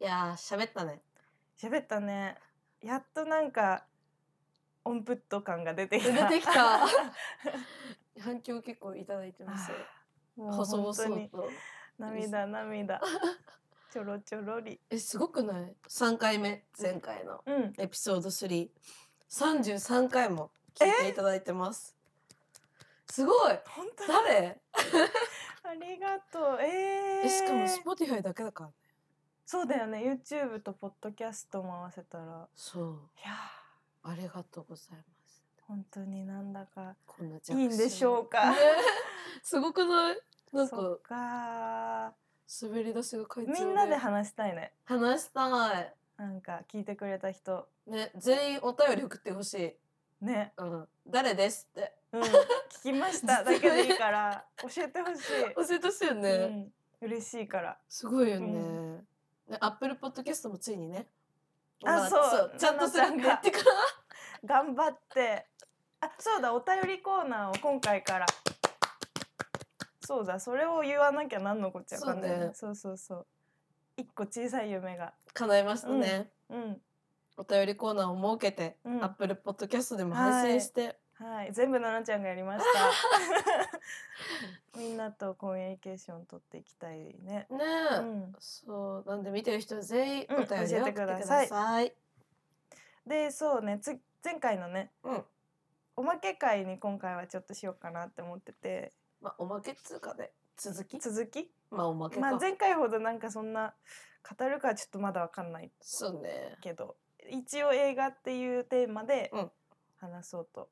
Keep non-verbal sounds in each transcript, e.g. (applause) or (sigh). いやー、喋ったね。喋ったねやっとなんかオンプット感が出てき出たてきた。反響結構いただいてます。 (laughs) もう細々本当にと。(laughs) 涙涙ちょろちょろりえ、すごくない三回目、前回のうんエピソード3。33回も聞いていただいてます。すごい本当だ誰ありがとうえー、え、しかも Spotify だけだからね。そうだよね YouTube とポッドキャストも合わせたらいそう。やーありがとうございます。本当になんだかこんないいんでしょうかね (laughs) すごくないなんそかっか滑り出しが書いーみんなで話したいね話したい。なんか聞いてくれた人ね、全員お便り送ってほしい。ねうん、誰ですって (laughs) うん聞きましただけでいいから教えてほしい、教えてほしいよね、うん、嬉しいからすごいよね、うねアップルポッドキャストもついにねあまそうちゃんとするって言ってから頑張ってあそうだお便りコーナーを今回からそうだそれを言わなきゃなんのこっちゃわかんないねそうそうそう一個小さい夢が叶えましたね、うんお便りコーナーを設けて、うんアップルポッドキャストでも配信して、はい全部奈々ちゃんがやりました (laughs) みんなとコミュニケーション取っていきたいねねうえ、んそうなんで見てる人は全員おう便りを送っんて教えてくだくだささい,、いいでそうねつ前回のねうんおまけ会に今回はちょっとしようかなって思っててまあおまけっつうかね続き続きまあおまけか、まあ前回ほどなんかそんな語るかはちょっとまだわかんないそうねけど一応映画っていうテーマでうん話そうと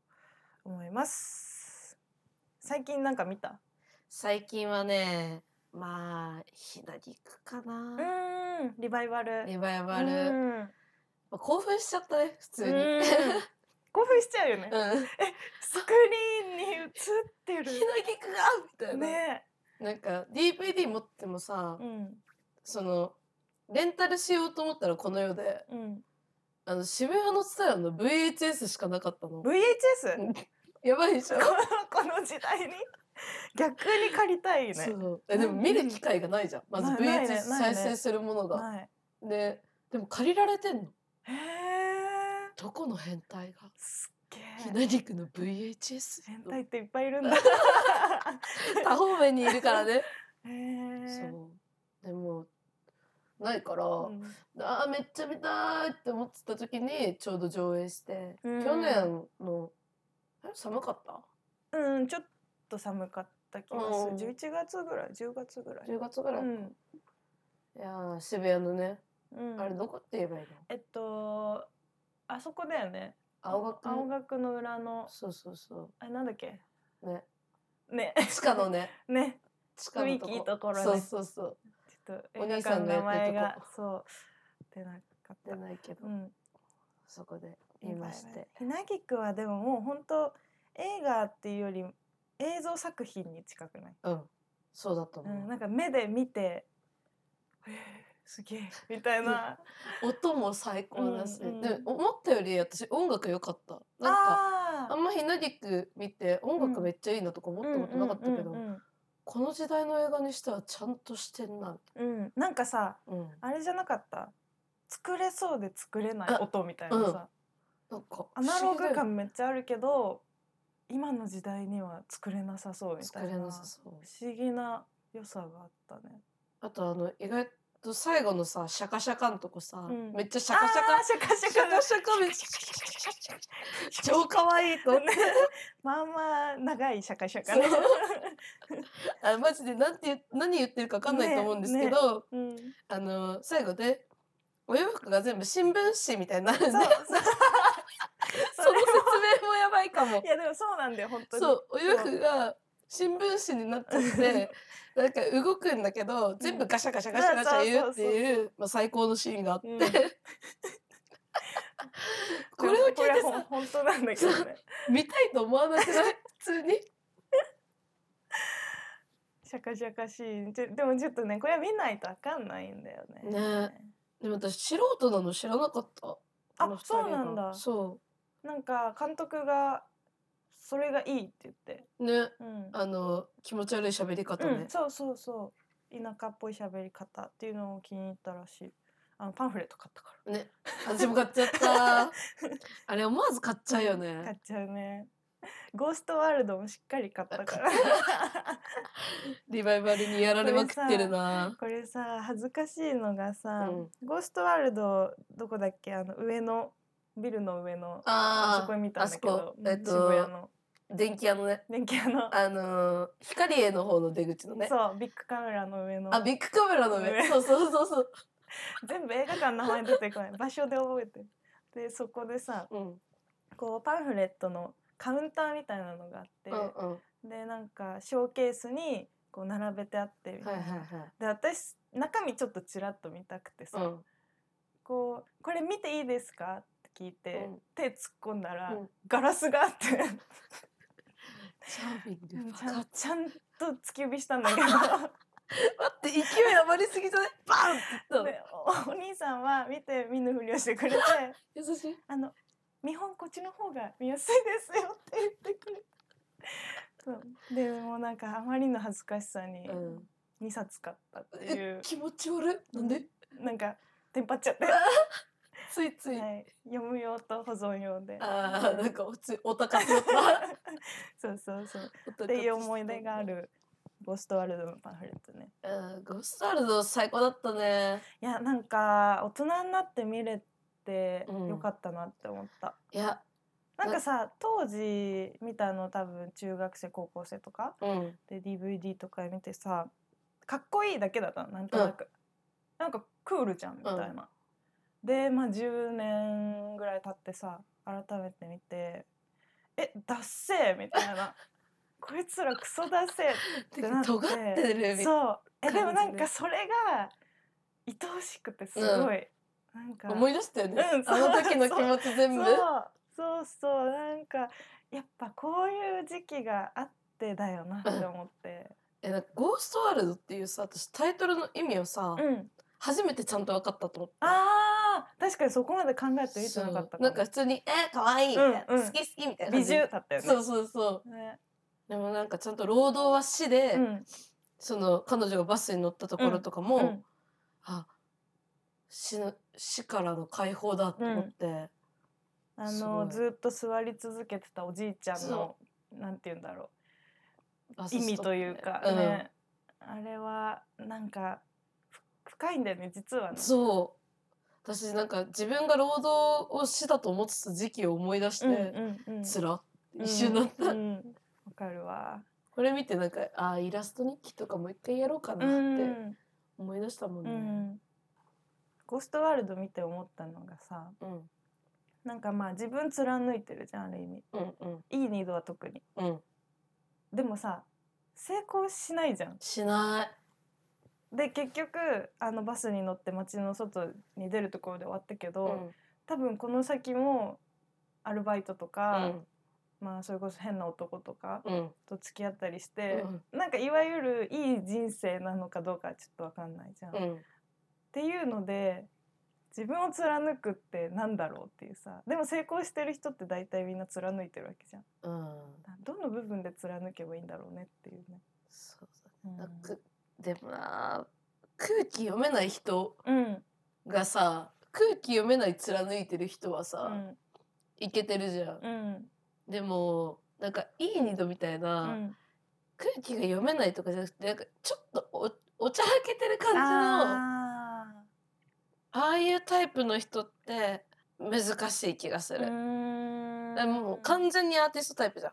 思います、最近なんか見た最近はねまあ左行くかうな、ーんリバイバルリバイバル、うんまあ興奮しちゃったね普通にうーん興奮しちゃうよね、 (laughs) うんスクリーンに映ってひるなぎくがみたいな、ねなんか DVD 持ってもさ、うんそのレンタルしようと思ったらこの世でうんあの渋谷のツタヤの VHS しかなかったの VHS うん (laughs) やばいでしこょ、のこの時代に逆に借りたいそねうえでも見る機会がないじゃんまずな VHS ないねないね再生するものが、はいででも借りられてんのへえどこの変態がすっひげえなぎくの VHS 変態っていっぱいいる (laughs) んだ多方面にいるから (laughs) ねへえそうでもないから、うんあーめっちゃ見たいって思ってた時にちょうど上映して、うん去年のえ寒かったうん、ちょっと寒かった気がうんする。11月ぐらい、10月ぐらい。 10月ぐらい、ういん、やー渋谷のね、うん、あれどこって言えばいいのえっと、あそこだよね。青学の青学の裏の、そうそうそあれなんだっけ。うねね、 (laughs) 地下のねね、地下のと雰囲気いこいところねそうそうそうちょっとお映兄画さ館んのがやっ名てる前が、とこそう。出なかっ出た。ないけど、うん、そこで見ましてひなぎくはでも、もう本当、映画っていうより、映像作品に近くない。うんそうだとう思う、ん、なんか目で見て。へえすげえみたいな。音も最高だし、うんうんで思ったより私音楽良かった (laughs) なんかああんまひなぎく見て音楽めっちゃいいなとか思あっー、たことなかったけど、うんうんうんうんこの時代の映画にしてはちゃんとしてんな。うん、なんかさうん。あれじゃなかった作れそうで作れないあ音みたいなさ、なんかアナログ不思感めっちゃあるけど今の時代には作れなさそう議だよねみたい作なれなさそう。不思議な良さがあったねあとあの意外と最後のさシャカシャカのとこさ、うんめっちゃシシャカシャカシャカシャシャカカシャカめっちゃシャカシャカシャカシャカ超可愛いと思って。 (laughs) まあまあ長いシャカシャカねそうあマジでなんて言う何言ってるかわかんないと思うんですけど、うんあの最後で。お洋服が全部新聞紙みたいにな (laughs) るんで、そうそそうの説明もやばいかもい。やでもそうなんだよ本当にそうお洋服が新聞紙になっちゃ (laughs) ってなんか動くんだけど全部ガシャガシャガシャガシャ言うっていう、まあ、最高のシーンがあって、 (laughs) うんこれを聞いこれてほんさ本当なんだけどね見たいと思わなくない普通にシャカシャカシーンちょでもちょっとねこれは見ないとわかんないんだよねねでも私素人なの知らなかったあこの二人がそうなんだそなんか監督がそれがいいって言って、うねうんあの気持ち悪い喋り方うねん、、そうそうそう田舎っぽい喋り方っていうのを気に入ったらしいあのパンフレット買ったかね私も買っちゃった (laughs) あれ思わず買っちゃうよら買ねっちゃうねゴーストワールドもしっかり買った (laughs) からリバイバルにやられまくってるなこれさ恥ずかしいのがさ、うんゴーストワールドどこだっけあの上のビルの上のああそこに見たんだけあそどこ、えっと渋谷のあ電気屋のね電気屋の、あのー光栄の方の出口のねそうビッグカメラの上のあビッグカメラの上上そうそうそうそう全部映画館の名前出てこない場所で覚えてるでそこでさうんこうパンフレットのカウンターみたいなのがあって、うんうんはでなんかショーケースにこう並べてあってみいたはいいな、はで私中身ちょっとちらっと見たくてさ、いうんこう「これ見ていいですか?」って聞いて、うん手突っ込んだら、うんガラスがあってチャーミングちバゃカんちゃんと突き指したんだけど待って勢い余りすぎじゃないバンって言ったのでおお (laughs) 兄さんは見て見ぬふりをしてくれ (laughs) て優しい「あの見本こっちの方が見やすいですよ」って言ってくれて。そうでもうなんかあまりの恥ずかしさにうん2冊買ったっていうえ、気持ち悪いなんでなんかテンパっちゃって、うはわついついい、読む用と保存用であーなんかおつお高 (laughs) くそうそうそうお高っていう思い出があるゴーストワールドのパンフレットねうんゴーストワールド最高だったねいやなんか大人になって見れてうんよかったなって思った、いやなんかさ当時見たの多分中学生高校生とかうんで DVD とかで見てさかっこいいだけだったのなんとなく、なんかクールじゃんみたいな、でまあ10年ぐらい経ってさ改めて見てえダッセーみたい (laughs) なこいつらクソダッセーってなって尖ってるみ (laughs) そうえ感じでもなんでかそれが愛おしくてすごい、なんか思い出したよね、うんそうあの時の気持ち全部そうそうそうなんかやっぱこういう時期があってだよなって思ってえなんかゴーストワールドっていうさ私タイトルの意味をさ、うん初めてちゃんと分かったと思ったあー確かにそこまで考えて見てそうなかったなんか普通に「えー、かわいい」みたいな、うんうん好き好き」みたいな感美じ獣だったよねそうそうそうねでもなんかちゃんと労働は死で、うんその彼女がバスに乗ったところとかも、うんあ死の死からの解放だと思って、あすごのいずっと座り続けてたおじいちゃんのなんて言うんだろバうス意ス味トップとねいうかうんね、あれはなんかふ深いんだよね実はねそう私なんか自分が労働を死だと思ってた時期を思い出して、うんうんうんつらって一瞬だった、うんうんわ、かるわ。これ見てなんかあーイラスト日記とかもう一回やろうかうなってん、思い出したもんうね、ん。ゴーストワールド見て思ったのがさ、うんなんかまあ自分貫いてるじゃんある意味。うんうんいいニードは特に。うんでもさ、成功しないじゃん。しなで結局あのバスに乗って街の外に出るところで終わったけい、ど、うん多分この先もアルバイトとうか、んまあそれこそ変な男とかうんと付き合ったりしうて、んなんかいわゆるいい人生なのかどうかはちょっとわかんないじゃんう。んっていうので自分を貫くってなんだろうっていうさでも成功してる人って大体みんな貫いてるわけじゃんうんどの部分で貫けばいいんだろうねっていうねそううだなんくでもな空気読めない人うんがさ空気読めない貫いてる人はうさ、んいけてるじゃん、うんでもなんかいい二度みたいうな、ん空気が読めないとかじゃなくてなんかちょっとおお茶はけてる感じのあああいうタイプの人って難しい気がすーうる、ーでんもう完全にアーティストタイプじゃん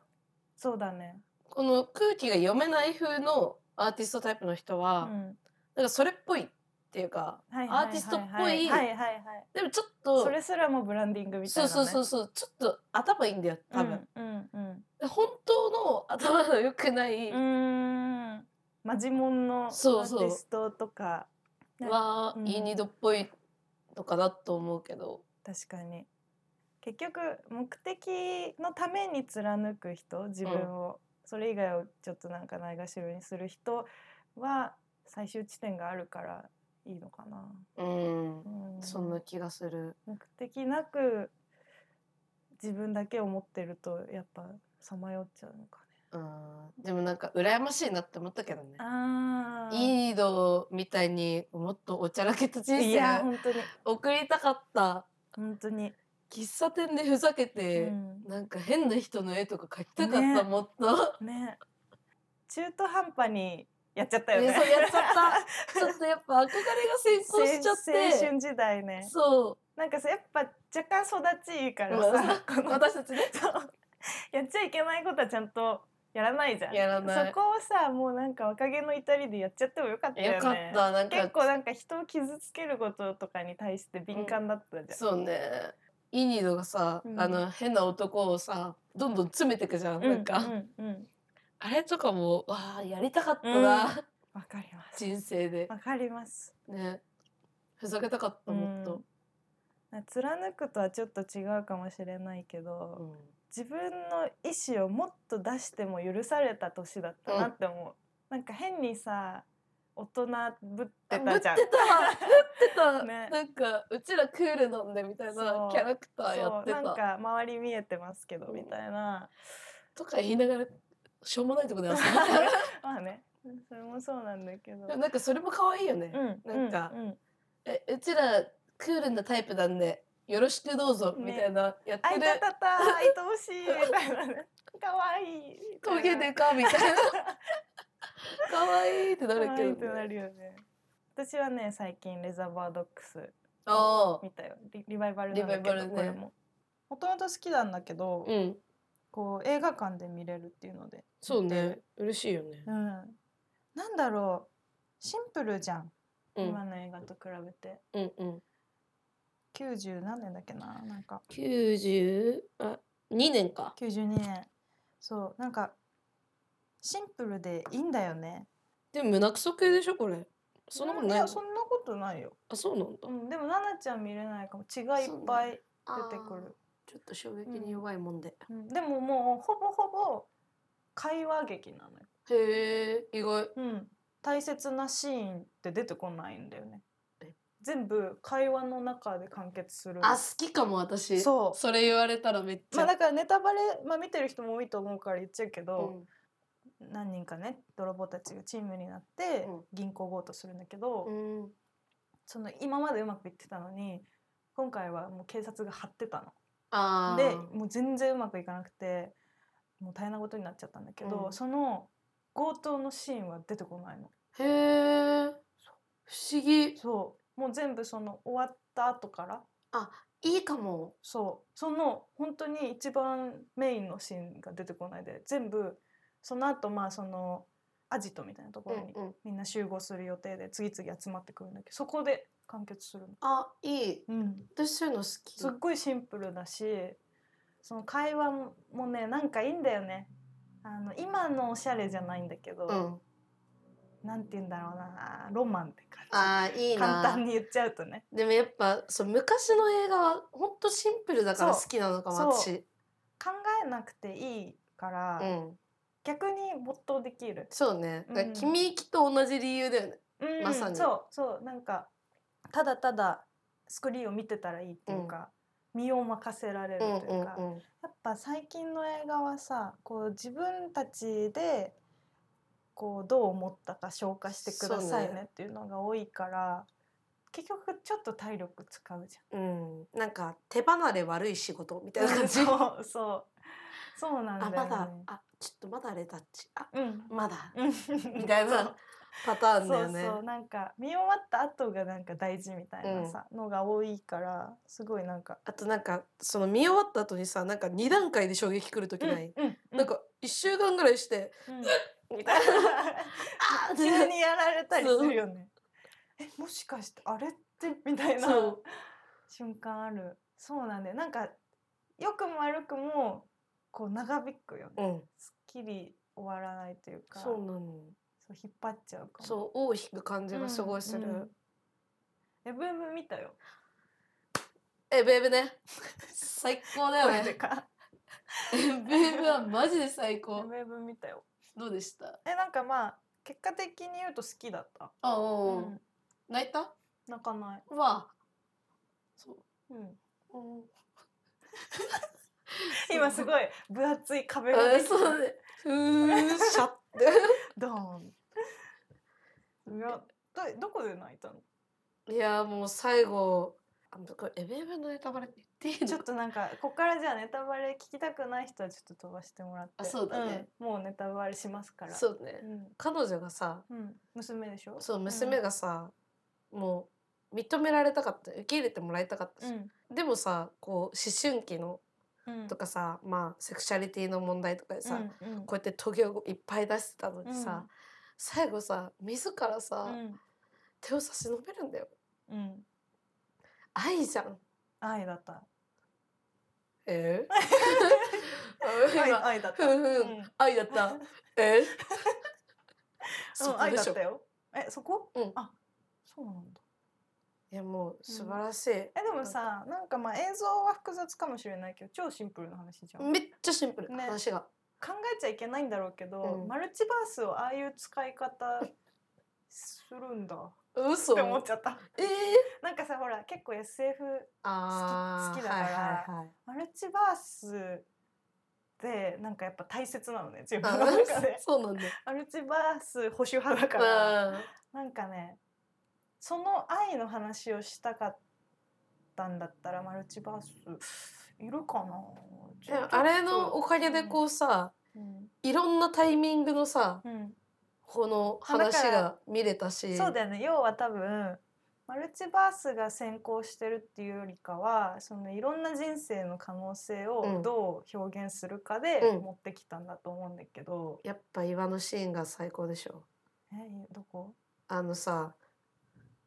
そうだねこの空気が読めない風のアーティストタイプの人うは、んなんかそれっぽいっていうかはいはいはいアーティストっぽいはいはいはいでもちょっとそれすらもブランディングみたいそうそうなそううそうちょっと頭いいんだよ多分、うんうん本当の頭の良くないうんうーんマジモンのアそうーそうティストとかねは、うんイーニードっぽいのかなと思うけど確かに結局目的のために貫く人自分を、それ以外をちょっとなんかないがしろにする人は最終地点があるからいいのかな、うんうん、そんな気がする目的なく自分だけを持ってるとやっぱさまよっちゃうのかうん、でもなんか羨ましいなって思ったけどねあーイードみたいにもっとおちゃらけた人いや生本当に送りたかった本当に、喫茶店でふざけて、なんか変な人の絵とか描きたかった、ねもっと。うん、ね中途半端にやっちゃったよいねやそうやっちゃった。ちょっとやっぱ憧れが先行しちゃ (laughs) 青って。春時代ねそなんかさやっぱ若干育ちいいかう。らまさあ私たちね。そうやっちゃいけないことはちゃんとやらないじゃんやらないそこをさもうなんか若気の至りでやっちゃってもよかったよねよかった。なん結か、構なんか人を傷つけることとかに対して敏感だったじゃん、そうね。イニドがさ、うんあの変な男をさ、どんどん詰めてくじゃん。なんか、うんうんあれとかも、わあ、やりたかったな。うんわかります人生で。わかりますね。ふざけたかった、もっと。な貫くとはちょっと違うかもしれないけど、うん自分の意思をもっと出しても許された年だったなって思う、なんか変にさ大人ぶっぶっててたじゃたんぶってた、 (laughs) ねなんかうちらクールなんでみたいそなうキャラクターやそっうてなんたか周り見えてますけどうんみたいな、とか言いながらしょうもないとこで遊んで (laughs) まあねそれもそうなんだけどたでもなんかそれも可愛いよね、うなんかううんえうちらクールなタイプなんでよろしくどうぞみねたいな、やっあているたたた愛おしいみたいなね (laughs) 可愛いトゲでかみたい (laughs) な可愛いってな可るけ愛いってど、なね、るよね私はね最近レザーバードックスああ見たよリリバイバルなんだけリバイバルねどこれももともと好きなんだけど、うんこう映画館で見れるっていうのでそうね嬉しいよねう、んなんだろうシンプルじゃん、うん、今の映画と比べてうんうん90何年だっけななんか90あ2年か92年そうなんかシンプルでいいんだよねでも胸くそ系でしょこれそんなことないやのそんなことないよ、あそうなんだうん、でも奈々ちゃん見れないかも血がいっぱい出てくる、ちょっと衝撃に弱いもんで。うん、でももうほぼほぼ会話劇なのよ、へえ、意外。うん、大切なシーンって出てこないんだよねえ全部会話の中で完結するあ、好きかも私。そうそれ言われたらめっちゃ。まあだからネタバレ、まあ、見てる人も多いと思うから言っちゃうけうど、ん何人かね泥棒たちがチームになってうん銀行強盗するんだけど、うん。その今までうまくいってたのに今回はもう警察が張ってたあのあ。でもう全然うまくいかなくてもう大変なことになっちゃったんだけど、うんその強盗のシーンは出てこないの。へえ。不思議。そうもう全部その終わった後からいいかも。そうその本当に一番メインのシーンが出てこないで全部その後まあそのアジトみたいなとこうろんにうん。みんな集合する予定で次々集まってくるんだけどそこで完結するの。あ、いい。うん、私そういうの好き。すっごいシンプルだしその会話もねなんかいいんだよねあの今のおしゃれじゃないんだけど、うん。なんて言うんだろうなロマンって感ああ、いじい簡単な。に言っちゃうとねでもやっぱそう昔の映画は本当シンプルだからそう好きなのかもそう私。考えなくていいから、うん。逆に没頭できる、そうね。だからうん君行きと同じ理由だよね。うんまさにそうそうなんかただただスクリーンを見てたらいいっていうか、身を任せられるとういんうか、うんうん。やっぱ最近の映画はさこう自分たちでこうどう思ったか消化してくださいそうねねっていうのが多いから、結局ちょっと体力使うじうん、なんか手離れ悪い仕事みたいゃん。な (laughs) 感じ。あ、 (laughs) そうそうそうなんだまよ、ね。だ、あ、ちょっとまだレタッチ、あ、うんまだうんみたいなパターンだよね。そうそうなんか見終わった後がなんか大事みたいなさ、のが多いからすごいなんか。あとなんかその見終わった後にさ、なんか二段階で衝撃来る時ない。うんうなんか一週間ぐらいしてうんみたいな。あー、 (laughs) 急にやられたりする (laughs) よね。えもしかしてあれってみたいなそう瞬間ある。そうなんだよなんか良くも悪くもこう長引くよね。うん、すっきり終わらないというか、そうなの。そう引っ張っちゃうかも。そう、尾を引く感じがすごいする。うんうんえブーム見たよ。え、ベーブね。最高だよこれね。か。え、 (laughs) ベーブはマジで最ブ高。ーム見たよ。どうでした。えなんかまあ結果的に言うと好きだった。あ、ううんん、、泣いた。泣かない。は。そう。うん。うん今すごい分厚い壁があできたそうね。ふーしゃって。ドーン。いや、だどこで泣いたの？いやもう最後あこれエベエベのネタバレって言っていいちのょっとなんかこっからじゃあネタバレ聞きたくない人はちょっと飛ばしてもらって。あそうだねうんもうネタバレしますから。そうねうん。彼女がさうん。娘でしょ？そう娘がさ、もう認められたかった受け入れてもらいたかったうし、ん。でもさこう思春期のうん。とかさ、まあセクシャリティの問題とかでさ、うんうん、こうやってトゲをいっぱい出してたのにさ、うん最後さ自らさ、うん手を差し伸べるんだようん。愛じゃん愛だった。 (laughs) え愛今愛だった。ふんふんうん愛だった (laughs) えうそん、こ愛でだしっょたよ。え、そこ？うんあ、そうなんだ。いやもう素晴らしい、え、でもさ、なんかまあ映像は複雑かもしれないけど、超シンプルな話じゃん。めっちゃシンプル、ね話が考えちゃいけないんだろうけど、うんマルチバースをああいう使い方するんだっ嘘て思っちゃった。えー、なんかさ、ほら、結構 SF あー好きだからはいはいはいマルチバースでなんかやっぱ大切 (laughs) なのね、自分あ。の中 (laughs) でそうなんだマルチバース保守派だから。なんかねその愛の話をしたかったんだったらマルチバースいるかなちょうんちょっとあれのおかげでこうさうん、いろんなタイミングのさうんこのまあだ話からが見れたしそうだよね要は多分マルチバースが先行してるっていうよりかはそのいろんな人生の可能性うをんどう表現するかでうん持ってきたんだと思うんだけど、やっぱ岩のシーンが最高でしょえどこ、あのさ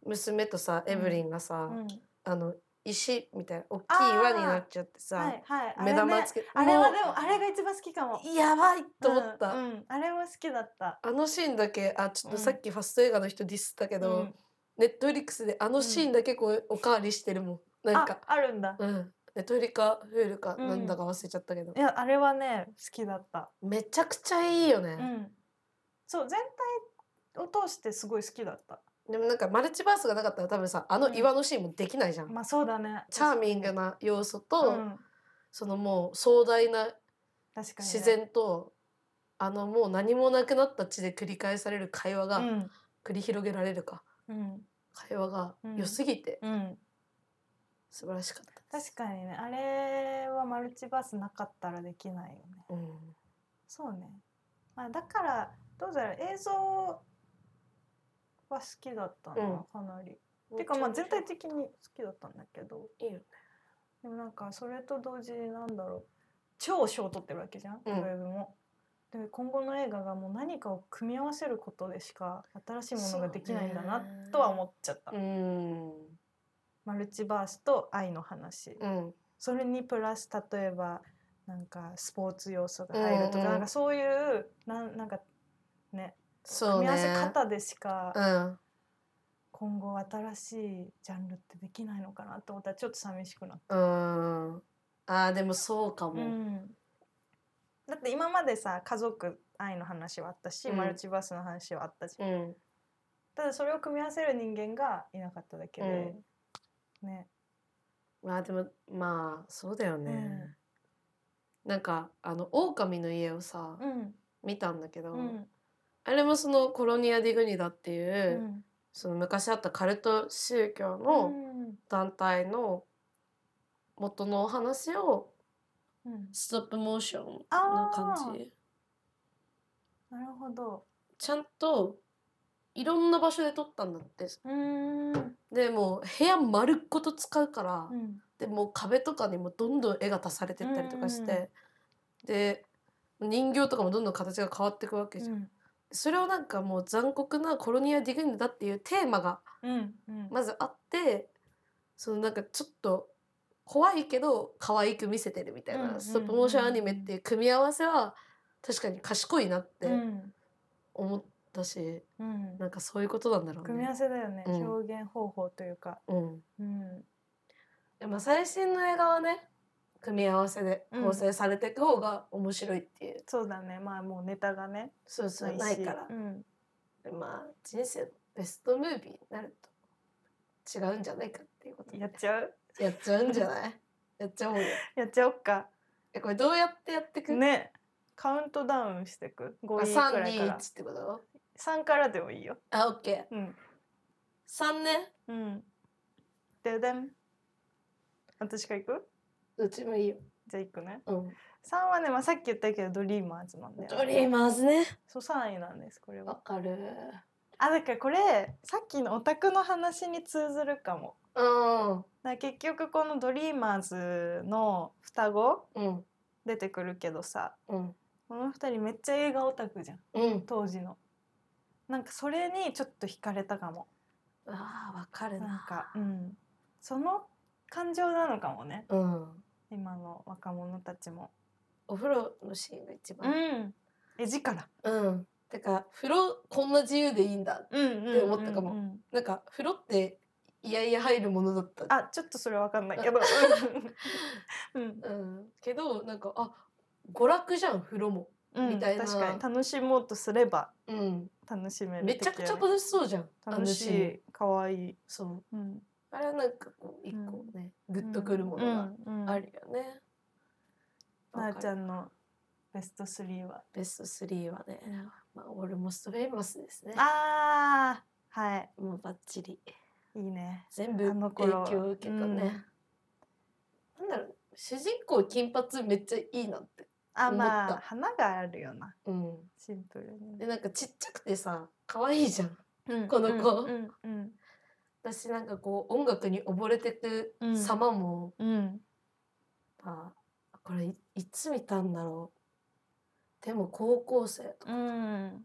娘とさうんエブリンがうさ、ん、あの石みたいな大きいあー岩になっちゃってさ、はいはいあれ,、目ね、玉つけて、あれはでももあれが一番好きかもうやばいと思った、うんうんあれも好きだったあのシーンだけあちょっとうんさっきファスト映画の人ディスったけけど、ネットフリックスであのシーンだけこうおかわりしてるもんなんかああるんだ、うんネットフリかフールかうんなんだか忘れちゃったけどい、やあれはね好きだった、めちゃくちゃいいようね、ん、そう全体を通してすごい好きだったでもなんかマルチバースがなかったら多分さあの岩のシーンもできないじゃん、まあそうだねチャーミングな要素と、うん、そのもう壮大な確かにね、自然と、あのもう何もなくなった地で繰り返される会話が、うん繰り広げられるかうん会話がうん良すぎてうん、素晴らしかったです確かにねあれはマルチバースなかったらできないよねうんそうね、まあ、だからどうだろう映像は好きだったな、うんかなりてかまあ全体的に好きだったんだけどいいよねでもなんかそれと同時になんだろう超賞を取ってるわけじゃん、うんウェブも。で今後の映画がもう何かを組み合わせることでしか新しいものができないんだそうなねとは思っちゃった、うんマルチバースと愛の話、うんそれにプラス例えばなんかスポーツ要素が入るとか,、うんうんなんかそういうなんなんかねそ組うみね合わせ方でしかうん今後新しいジャンルってできないのかなと思ったらちょっと寂しくなったうーんあーでもそうかも、うんだって今までさ家族愛の話はあったし、うんマルチバースの話はあったじゃんうんただそれを組み合わせる人間がいなかっただけで、ねまあでもまあそうだよね、なんかあの「狼の家」をさ、うん見たんだけど、うんあれもそのコロニア・ディグニダっていうう、んその昔あったカルト宗教うのん団体の元のお話をうんストップモーションなあ感ーじなるほどちゃんといろんな場所で撮ったんだってうーんでもう部屋丸っごと使うから、うんでもう壁とかにもどんどん絵が足されてったりとかして、で人形とかもどんどん形が変わっていくわけじゃん、うんそれをなんかもう残酷なコロニア・ディグニだっていうテーマがうんうんまずあってそのなんかちょっと怖いけど可愛く見せてるみたいうんうんうんうなんストップモーションアニメっていう組み合わせは確かに賢いなってうん思ったしうんなんかそういうことなんだろう組み合ねわ。せだよね、うん表現方法というかうん、うんでも最新の映画はね組み合わせで構成されていく方が面白いっていう、そうだねまあもうネタがねそうそうしないからう、んまあ人生のベストムービーになると違うんじゃないかっていうことでやっちゃうや (laughs) っちゃうんじゃないやっちゃおうよやっちゃおっかえこれどうやってやってくねカウントダウンしてくあ5位く三らいから2 1ってこと3からでもいいよあオッケーうん3ねうんででん私から行くうちもいいよ、じゃあ行くねうん、 3はね、まあ、さっき言ったけどドリーマーズなんだよねドリーマーズねそう3位なんですこれわはかるあだからこれさっきのオタクの話に通ずるかもうんだから結局このドリーマーズの双子うん出てくるけどさうんこの2人めっちゃ映画オタクじゃんうん当時のなんかそれにちょっと惹かれたかもあーわかるなんなかうんその感情なのかもねうん今の若者たちもお風呂のシーンが一う番ん絵力うんてか風呂こんな自由でいいんだうんうんって思ったかもうんうんなんか風呂っていやいや入るものだったあちょっとそれわかんないけど (laughs) うんうん、けどなんかあ娯楽じゃん風呂も、うんみたいな確かに楽しもうとすればうん、楽しめるめちゃくちゃ楽しそうじゃん楽しあのシーンい可愛いそううんあれはなんかこう一個ね、グッとくるものうんうんがあるよね、なあちゃんんのベスト3はベスト3はね、まあ、俺もストフェイマスですねあーはいもうバッチリいいね全部あの影頃響を受けたね、なんだろう主人公金髪めっちゃいいなってあ思ったまあ花があるよなうんシンプルにでなんかちっちゃくてさ可愛いじゃんうんこの子うんうん私なんかこう音楽に溺れてくうん様も、うんあこれいいつ見たんだろうでも高校生とうか、ん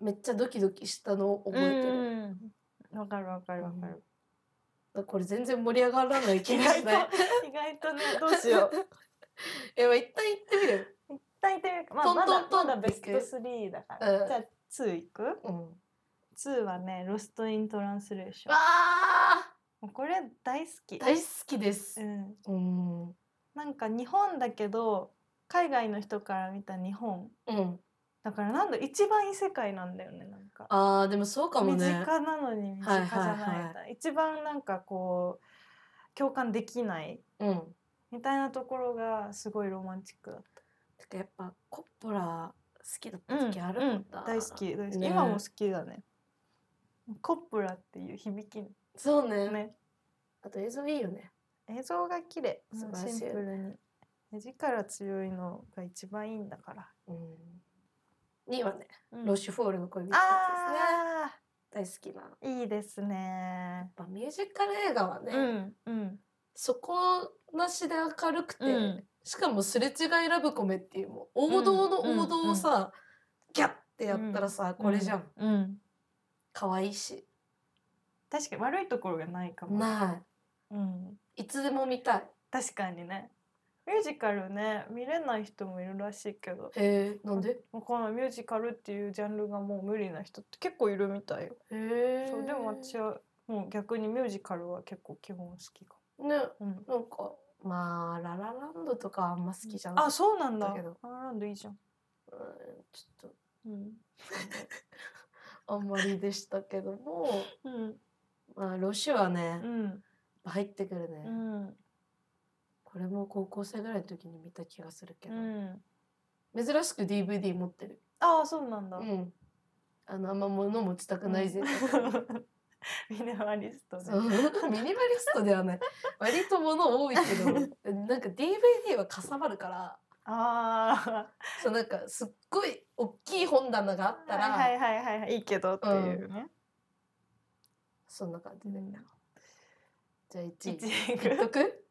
めっちゃドキドキしたのを覚えてる、うんわかるわかるわかるこれ全然盛り上がらない気意がし外 (laughs) ないと意外とねどうしよう (laughs) えまあ一旦行ってみる大体まトあンまトンだトンまだってベいスくト3だからうんじゃあ2いくうん2はねロストイントランスレーションわあもうこれ大好き大好きですうんうんうんなんか日本だけど海外の人から見た日本だからなんだ一番異世界なんだよねなんかあーでもそうかも身ね近なのに身近じゃない,、はいはい一番なんかこう共感できないうんみたいなところがすごいロマンチックだってかやっぱコッポラ好きだった時あるもんだ、た、大好き大好き、ね今も好きだねコップラっていう響きねそうねあと映像いいよね映像が綺麗素晴らしいシンプルに目力強いのが一番いいんだから、うん2はねうんロシュフォールの恋人たちあですね大好きなやっーいいですねぱミュージカル映画はね、うんうんそこなしで明るくて、うんしかもすれ違いラブコメっていうもう王道の王道をさ、ギャッてやったらさ、これじゃんうん、うん可愛いし確かに悪いところがないかも、なうん、いいつでも見たい確かにねミュージカルね見れない人もいるらしいけどへえなんでわかんないミュージカルっていうジャンルがもう無理な人って結構いるみたいよへえそうでも私はもう逆にミュージカルは結構基本好きかねも、うん、なんかまあララランドとかあんま好きじゃないあそうなんだだけどアーランドいいじゃん、うんちょっうんとあんまりでしたけど (laughs) もうんまあロシュはね、うん入ってくるね、うんこれも高校生ぐらいの時に見た気がするけうど、ん珍しく DVD 持ってるああそうなんだ、うんあのあんま物持ちたくないぜ、 (laughs) ミネマリストそうねミニマリストではない割と物多いけどなんか DVD はかさばるからあそうなんかすっごい大きい本棚があっあたら、はいはいはいはいいいけどっていうね、そんな感じで、うんじゃあ1一位言位っとがく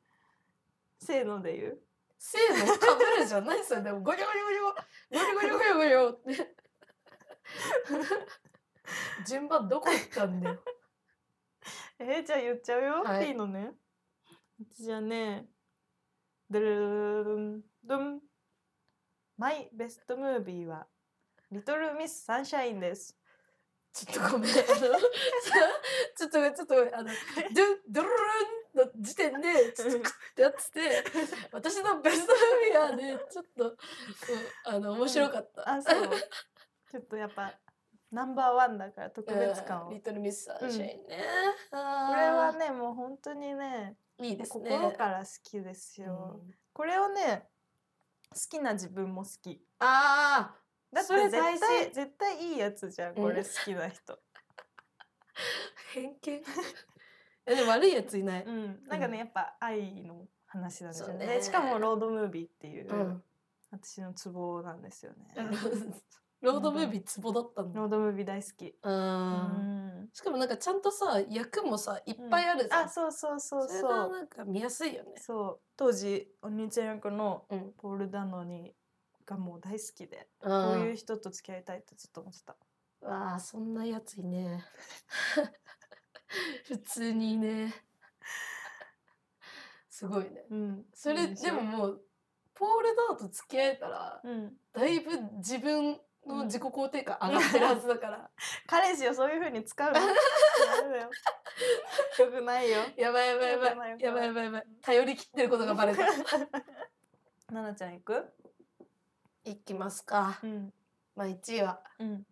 せーので言うせーのかぶるじゃないそれでもゴリゴリゴリゴリゴリゴリゴリゴリって順番どこ行ったんだよえー、じゃあ言っちゃうよ、はいい、いのねじゃあねドゥルルンドゥンマイベストムービーはリトルミスサンシャインです (laughs) ちょっとごめんあの (laughs) さちょっとごめんちょっとごめんあのドゥンドゥルルンの時点でちょっとクッてやってて私のベストフィギュアでちょっと、うんあの面白かった、あそうちょっとやっぱナンバーワンだから特別感を、うんリこトルミスサンシャインね、れはねもう本当にねいいですね心から好きですよ、うんこれをね好きな自分も好きあだってそれ絶大事対絶対いいやつじゃんこうれん好きな人あ偏見えでも悪いやついない、うん、なんかね、やっぱ愛の話なんですよねそうねしかもロードムービーっていう、うん私のツボなんですよね、ロードムービーツボだったんだロードムービー大好き、ううんん、しかもなんかちゃんとさ役もさいっぱいあるじゃん、あそうそうそうそれそがうなんか見やすいよねそう当時お兄ちゃん役のうんポール・ダノニがもう大好きで、こうあいう人と付き合いたいってずっと思ってたあそんなやついねえ (laughs) 普通にいね (laughs) えすごいねうんそれいいでしょももうポール・ダーと付き合えたらうん、だいぶ自分の自己肯定感上がってるはずだから、彼氏をそういう風に (laughs) 使うのや (laughs) だよよくないよ (laughs) やばいやばいやばいやばいやばいやばい頼り切ってることがバ (laughs) レたななちゃん行くいきますかうんまあ1位はうん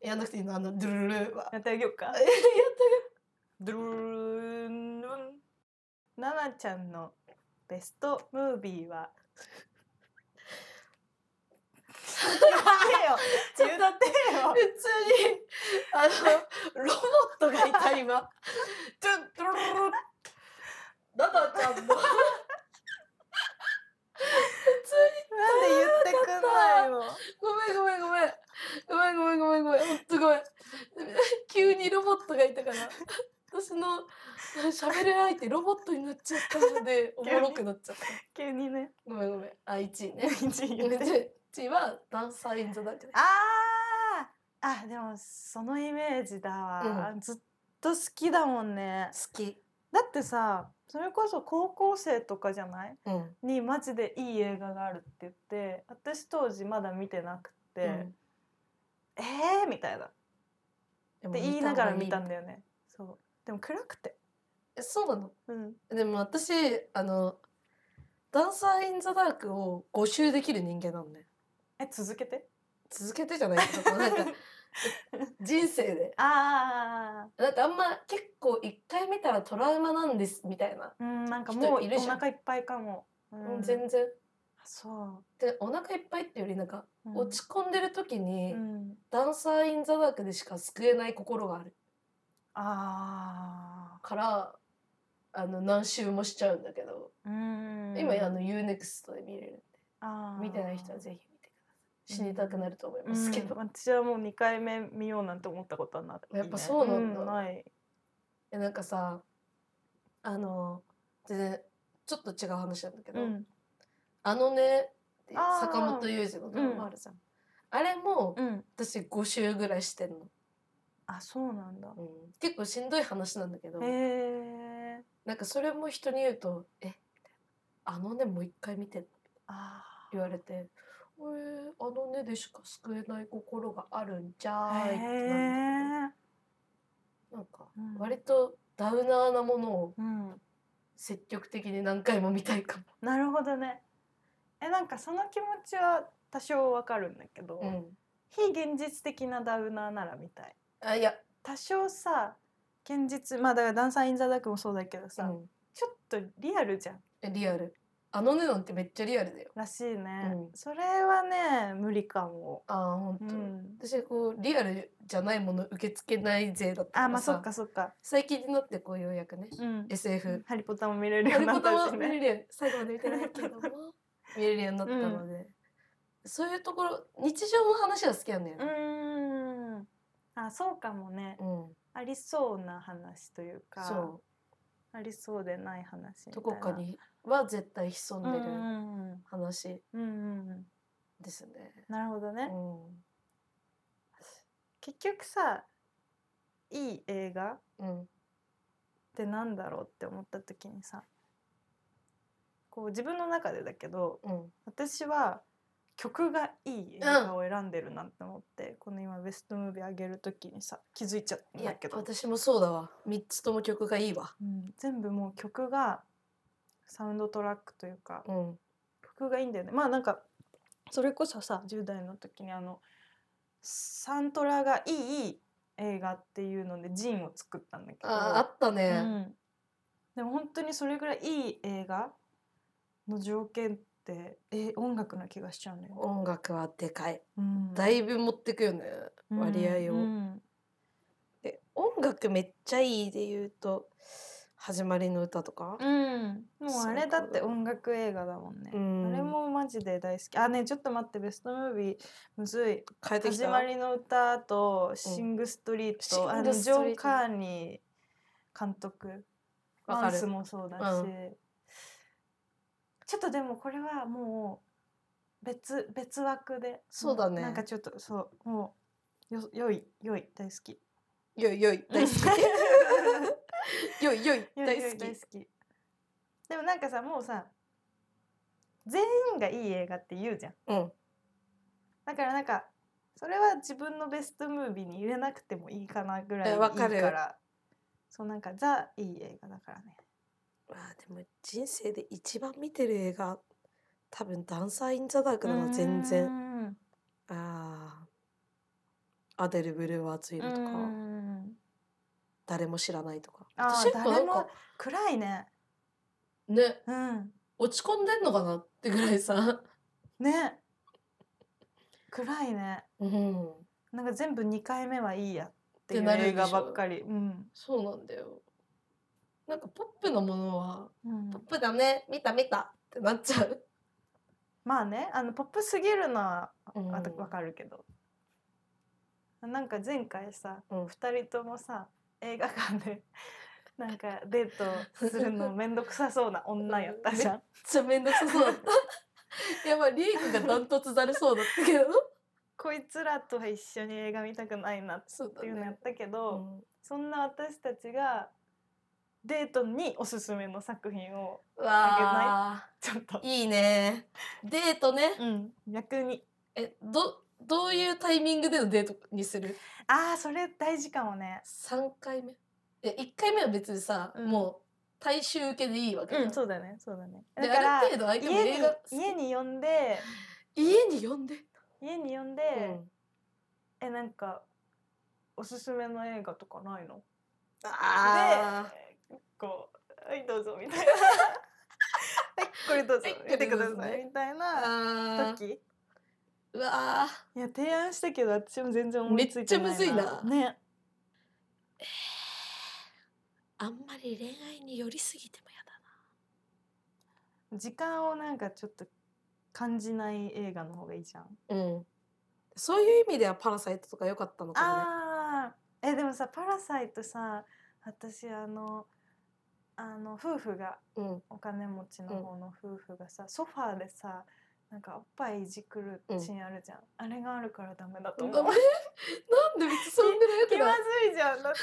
やんなくていいのあのドゥルルルはやってあげようかえ (laughs) やっドゥルルンルンななちゃんのベストムービーは言ってよ言ってよ普通にあのロボットがいた今ドゥンドゥルルルダダちゃんの普通になんで言ってくんないのごめんごめんごめんごめんごめんごめんごめんほんとごめん急にロボットがいたから私の喋る相手ロボットになっちゃったのでおもろくなっちゃった急にねごめんごめんあ1位ね1位言って1位はダンサーインザダークですあーあでもそのイメージだわ、ずっと好きだもんね好きだってさそれこそ高校生とかじゃないうんにマジでいい映画があるって言って私当時まだ見てなくて、うんえーみたいなでもって言いながら見たのんだよねそうでも暗くてえそうなのうんでも私あのダンサー・イン・ザ・ダークを5周できる人間なんでえ続けて続けてじゃないけどこう (laughs) なんか人生でああだってあんま結構1回見たらトラウマなんですみたいな、うんなんかもう人いるおじゃん腹いっぱいかも、うもう全然そでお腹いっぱいっていうよりなんか、う、うん落ち込んでる時に、うん、ダンサー・イン・ザ・ダークでしか救えない心があるあからあの何周もしちゃうんだけど、あうん今あの UNEXT で見れるあー見てない人はぜひ見てください死にたくなると思いますけど、うん、私はもう2回目見ようなんて思ったことはない、やっぱそうなんだうないえなんかさあの全然ちょっと違う話なんだけど「うんあのね」ってあー坂本雄二のドラマあるじゃん、あれもうん私5週ぐらいしてんの、あそうなんだうん結構しんどい話なんだけどへえなんかそれも人に言うと「えみたいなあのねもう一回見て」ってあ言われて「えー、あのねでしか救えない心があるんじゃーあい」ってなんだへえけどなんかうん割とダウナーなものをうん積極的に何回も見たいかも。なるほどねえなんかその気持ちは多少わかるんだけど、うん、非現実的なダウナーならみたいあいや多少さ現実まあだからダンサー・イン・ザ・ダークもそうだけどさ、うんちょっとリアルじゃんリアル。あのねなんてめっちゃリアルだよ。らしいね、うんそれはね無理かも、ああ、本う当、ん、私こうリアルじゃないもの受け付けない勢だったあからまあそさっかそっか最近になってこうようやくね、うん、 SF ハリポタも (laughs) 見れるハようリになポっタたはし見ねれるよ最後まで見てないけども見れるようになったので、そういうところ日常の話は好きなんだようね、ーんあそうかもねうんありそうな話というかそありそうでないう話みたいなどこかには絶対潜うんんうでんるうん話うんうんうんですね、なるほどね、う結局さいい映画っんうんてなんだろうって思った時にさこう自分の中でだけどうん私は曲がいい映画を選んでるなって思って、この今ベストムービーあげる時にさ気づいちゃったんいだやけど、私もそうだわ3つとも曲がいいわうん、全部もう曲がサウンドトラックというかうん曲がいいんだよねまあなんかそれこそさ10代の時にあのサントラがいい映画っていうのでジンを作ったんだけどああったね、うん、でも本当にそれぐらいいい映画の条件ってえ音楽な気がしちゃうね。音楽はでかいうんだいぶ持ってくよね割合を、うんで音楽めっちゃいいで言うと始まりの歌とかうんもうそうあかれだって音楽映画だもんね。うんあれもマジで大好き。あねちょっと待ってベストムービーむずい。変えてき始たまりの歌とシングストリーシント、あのグスジトリートョン・カーニー監督わマかンるスもそうだし、うちょっとでもこれはもう別別枠でそうだねもなんかちょっとそうもうよ良い良い大好きよいよい大好き (laughs) よいよい (laughs) 良い大好良いき大好きでもなんかさもうさ全員がいい映画って言うじゃんうんだからなんかそれは自分のベストムービーに入れなくてもいいかなぐらいいえいわかかるらそうなんかザいい映画だからねまあでも人生で一番見てる映画多分ダンサー・イン・ザ・ダークだな全うー然んあーアデル・ブルーワーツイルとかうーん誰も知らないとかあー私結構な誰んかも暗いねねうん落ち込んでんのかなってぐらいさね暗いねうんなんか全部2回目はいいやっていってうなるで映しょ画ばっかりうん、そうなんだよなんかポップなものはうんポップだね見た見たってなっちゃう、まあねあのポップすぎるのはうんわたわかるけど、なんか前回さ、う二ん人ともさ映画 (laughs) 館でなんかデートするのめんどくさそうな女やったじゃん。めっちゃめんどくさそうだった (laughs) いやまあリーグがダントツだれそうだったけどこいつらとは一緒に映画見たくないなっそうだていうのやねっ、たけうど、ん、そんな私たちがデートにおすすめの作品をわあちょっと、いいねデートねうん、逆にえどどういうタイミングでのデートにするああそれ大事かもね。三回目え一回目は別にさ、うんもう大衆受けでいいわけじゃうんん、そうだねそうだね。でだかあらる程度相手も家映に画好き家に呼んで家に呼んで、家に呼んで。うんえなんかおすすめの映画とかないのあーでこう「はいどうぞ」みたいな「 (laughs) はいこれどうぞはいこれ見てどくだうぞさい」ねみたいなあー時うわいや提案したけど私も全然思いついてないなめっちゃむずいなねーあんまり恋愛に寄りすぎてもやだな時間をなんかちょっと感じない映画の方がいいじゃんうん、そういう意味では「パラサイト」とか良かったのかあーえでもさ「パラサイトさ」私あのあの夫婦がもね。お金持ちの方の夫婦がさ、ソファーでさなんかおっぱいいじくるシーンあるじゃん、あれがあるからダメだとうん、思ダうメなんで別にそんぐらい良気くまないずいじゃんだって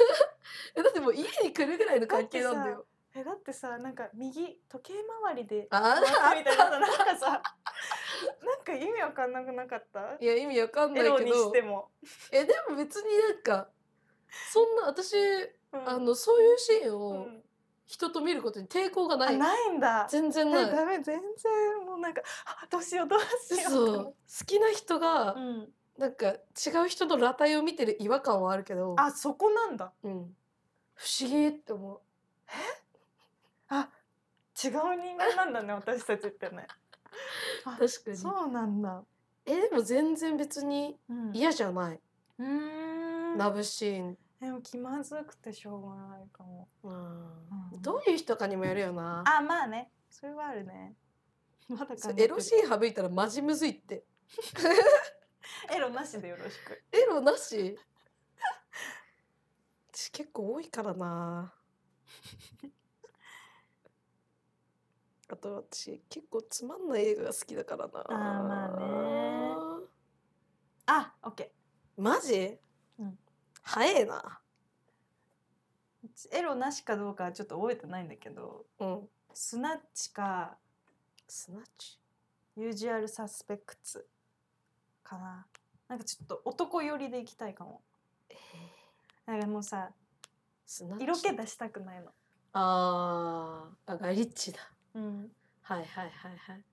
えだってもう家に来るぐらいの関係なんだよ。 (laughs) えだってさなんか右時計回りであ回ってみたいなあさなんかさなんか意味わかんなくなかったいや意味わかんなエいロけにしどても、えでも別になんかそんな私うんあのそういうシーンうをん人と見ることに抵抗がなあい、ないんだ全然えない。ダメ全然もうなんかあどうしようどうしようそう好きな人がうん、なんか違う人の裸体を見てる違和感はあるけど、あそこなんだうん、不思議って思う。あ違う人間なんだね私たちって (laughs) ねあ確かそうなんだ。えでも全然別にうん嫌じゃない、うーん。ラブシーン、でも気まずくてしょうがないかも。うんどういう人かにもよるよなあ、まあね。それはあるね。 (laughs) まだ考えそうてエるロシーン省いたらマジむずいってエロなしでよろしく。エロな (laughs) し私結構多いからな (laughs) あと私結構つまんない映画が好きだからなあーまあ、オッケマジ、うん早えなー。うちエロなしかどうかはちょっと覚えてないんだけど、うんスナッチかスナッチユージュアルサスペクツかな。なんかちょっと男寄りで行きたいかも。なんかもうさ、スナッチ色気出したくないの。あーあガイリッチだうん。はいはいはいはい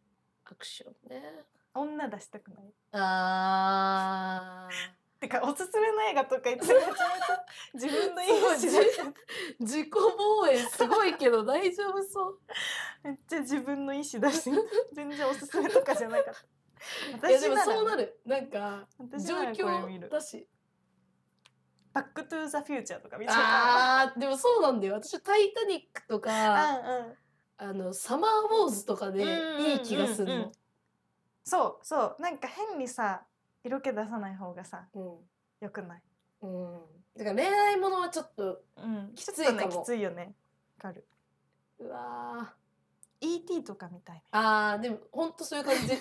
アクションね女出したくない。あーてかおすすめの映画とか言ってめちゃめちゃ自分のイメージすごい自己防衛すごいけど大丈夫そうめっちゃ自分の意思 (laughs) だし全然おすすめとかじゃなかったいやでもそうなるなんか私状ならこれ見況るだしバックトゥーザフューチャーとか見ちゃったあーでもそうなんだよ私「タイタニック」とかうんうんあのサマーウォーズとかでいい気がするうんうんうんの。そうそうなんか変にさ色気出さない方がさうよくないんうんだから恋愛ものはちょっとうんきちょっついかともねきついよねわかるうわ ET とかみたいーあーでもほんとそういう感 (laughs) じ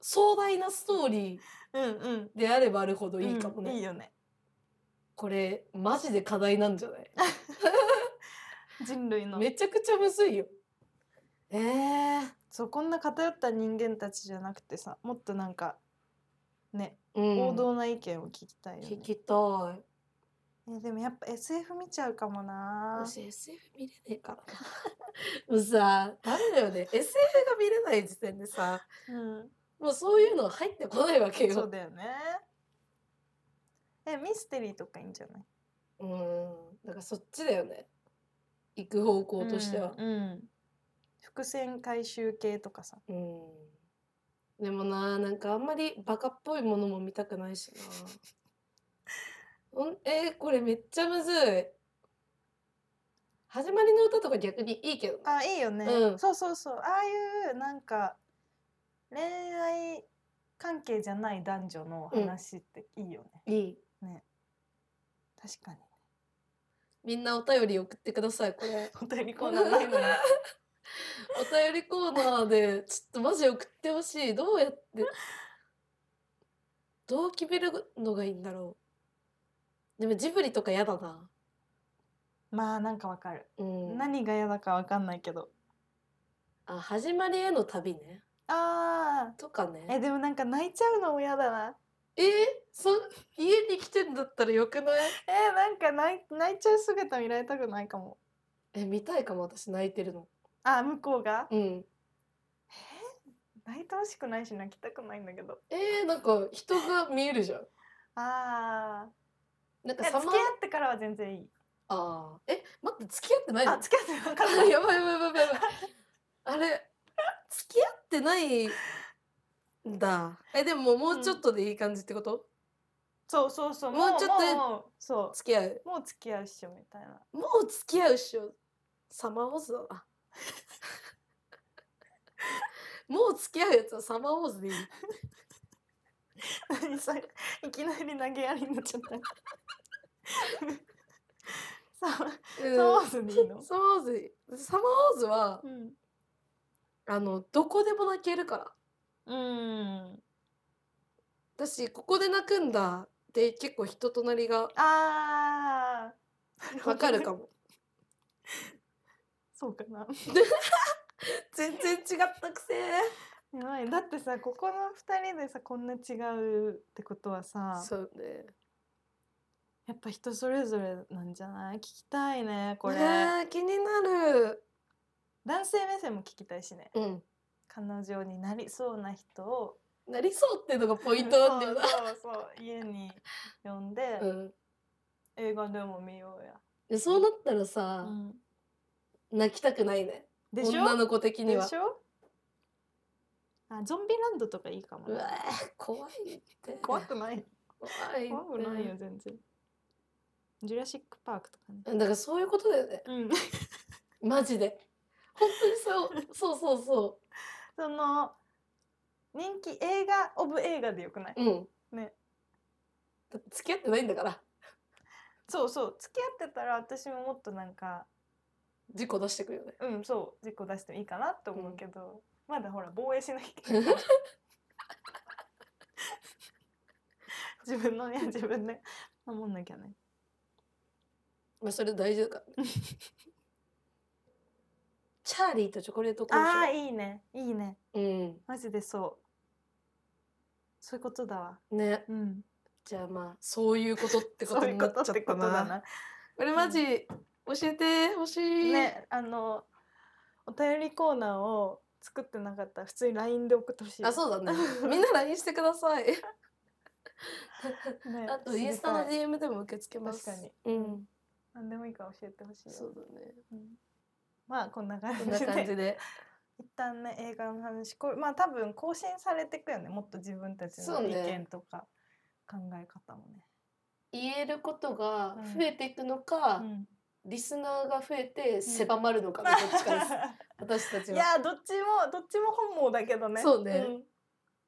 壮大なストーリなうんーであればあるほどうんいいかもね、いいよねこれマジで課題なんじゃない人類のめちゃくちゃむずいよえー、そうこんな偏った人間たちじゃなくてさもっとなんかね、うん王道な意見を聞きたいよね聞きたいえでもやっぱ SF 見ちゃうかもな私 SF 見れねえから (laughs) なもうさダメだよね SF が見れない時点でさうんもうそういうの入ってこないわけそうよだよねえミステリーとかいいんじゃないうんだからそっちだよね行く方向としてはうんうん伏線回収系とかさうんでもななんかあんまりバカっぽいものも見たくないしなほんえーこれめっちゃむずい始まりの歌とか逆にいいけどなあいいよね、うんそうそうそうああいうなんか恋愛関係じゃない男女の話っていいよね、いい確かにみんなお便り送ってくださいこ (laughs) れ本当にこんなないのにお便りコーナーでちょっとマジ送ってほしいどうやってどう決めるのがいいんだろうでもジブリとか嫌だな (laughs) まあなんかわかる、うん何が嫌だかわかんないけどあ始まりへの旅ねあとかーえねでもなんか泣いちゃうのも嫌だなえー、そ家に来てんだったらよくないえー、なんか泣い泣いちゃう姿見られたくないかもえ見たいかも私泣いてるのあ向こうがうん泣いてほしくないし泣きたくないんだけどえー、なんか人が見えるじゃんあなんーかいやさ付まき合ってからは全然いいあーえ待って付き合って (laughs) ないのあ付き合ってなかっあ (laughs) やばいやばいやばいやばい。あれ、付き合ってないんだ。え、でももうちょっとでいい感じってこと、そうそうそうもうちょっとももうそ付き合う。うもう付き合うっしょみたいなもう付き合うっしょ。サマーウォーズ (laughs) だな。もう付き合うやつはサマーウォーズでいい。何 (laughs) それいきなり投げやりになっち (laughs) ゃったさうんサマーウォーズでいいのサマーウォーズでいいサマーウォーズはう、んあの、どこでも泣けるから。うんだし、ここで泣くんだって結構人となりが (laughs) あーわかるか (laughs) も。そうかな全然違ったくせやばいだってさここの二人でさこんな違うってことはさそうね。やっぱ人それぞれなんじゃない聞きたいねこれ、ねえ気になる男性目線も聞きたいしねうん彼女になりそうな人をなりそうっていうのがポイントなんだよなそうそうそう家に呼んで、うん映画でも見ようや、でそうなったらさ、泣きたくないねでしょ女の子的にではしょあゾンビランドとかいいかもうねわー怖いって怖くない怖いって怖くないよ全然ジュラシック・パークとかねだからそういうことだよねうんマジで本当にそうそうそうそその人気映画オブ映画でよくないううんねだって付き合ってないんだからそうそう付き合ってたら私ももっとなんか事故出してくるよねうんそう自己出してもいいかなって思うけど、まだほら防衛しなきゃいけ (laughs) ない自分のね自分で守んなきゃねまあそれ大事だ (laughs) からねチャーリーとチョコレート工ああ場いいねいいねうんマジでそうそういうことだわねうんじゃあまあそういうことってこそとういにうなこっちゃとっってこたとなだなこれマジ教えてほしい、ねあのお便りコーナーを作ってなかったら普通に LINE で送ってほしい (laughs) あそうだねみんな LINE してくださいねあとインスタの知り DM でも受け付けます。確かに。うん。たい何でもいいから教えてほしいよそうだ (laughs) ね。うんまあこんな感こじんな感じでで。一旦ね映画の話これまあ多分更新されてくよねもっと自分たちそうの意ね見とか考え方もね。言えることがうん増えていくのか、うんリスナーが増えて狭まるのかのどっちか (laughs) です。私たちいは。やどっちもどっちも本望だけどねそうねん好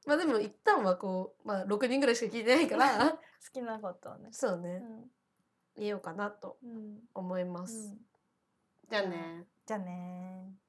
まあでも一旦はこう、まあ6人ぐらいしか聞いてない (laughs) から、きなことをねそううね、ん言えようかなとうん思いまうす。んじゃあじゃあねー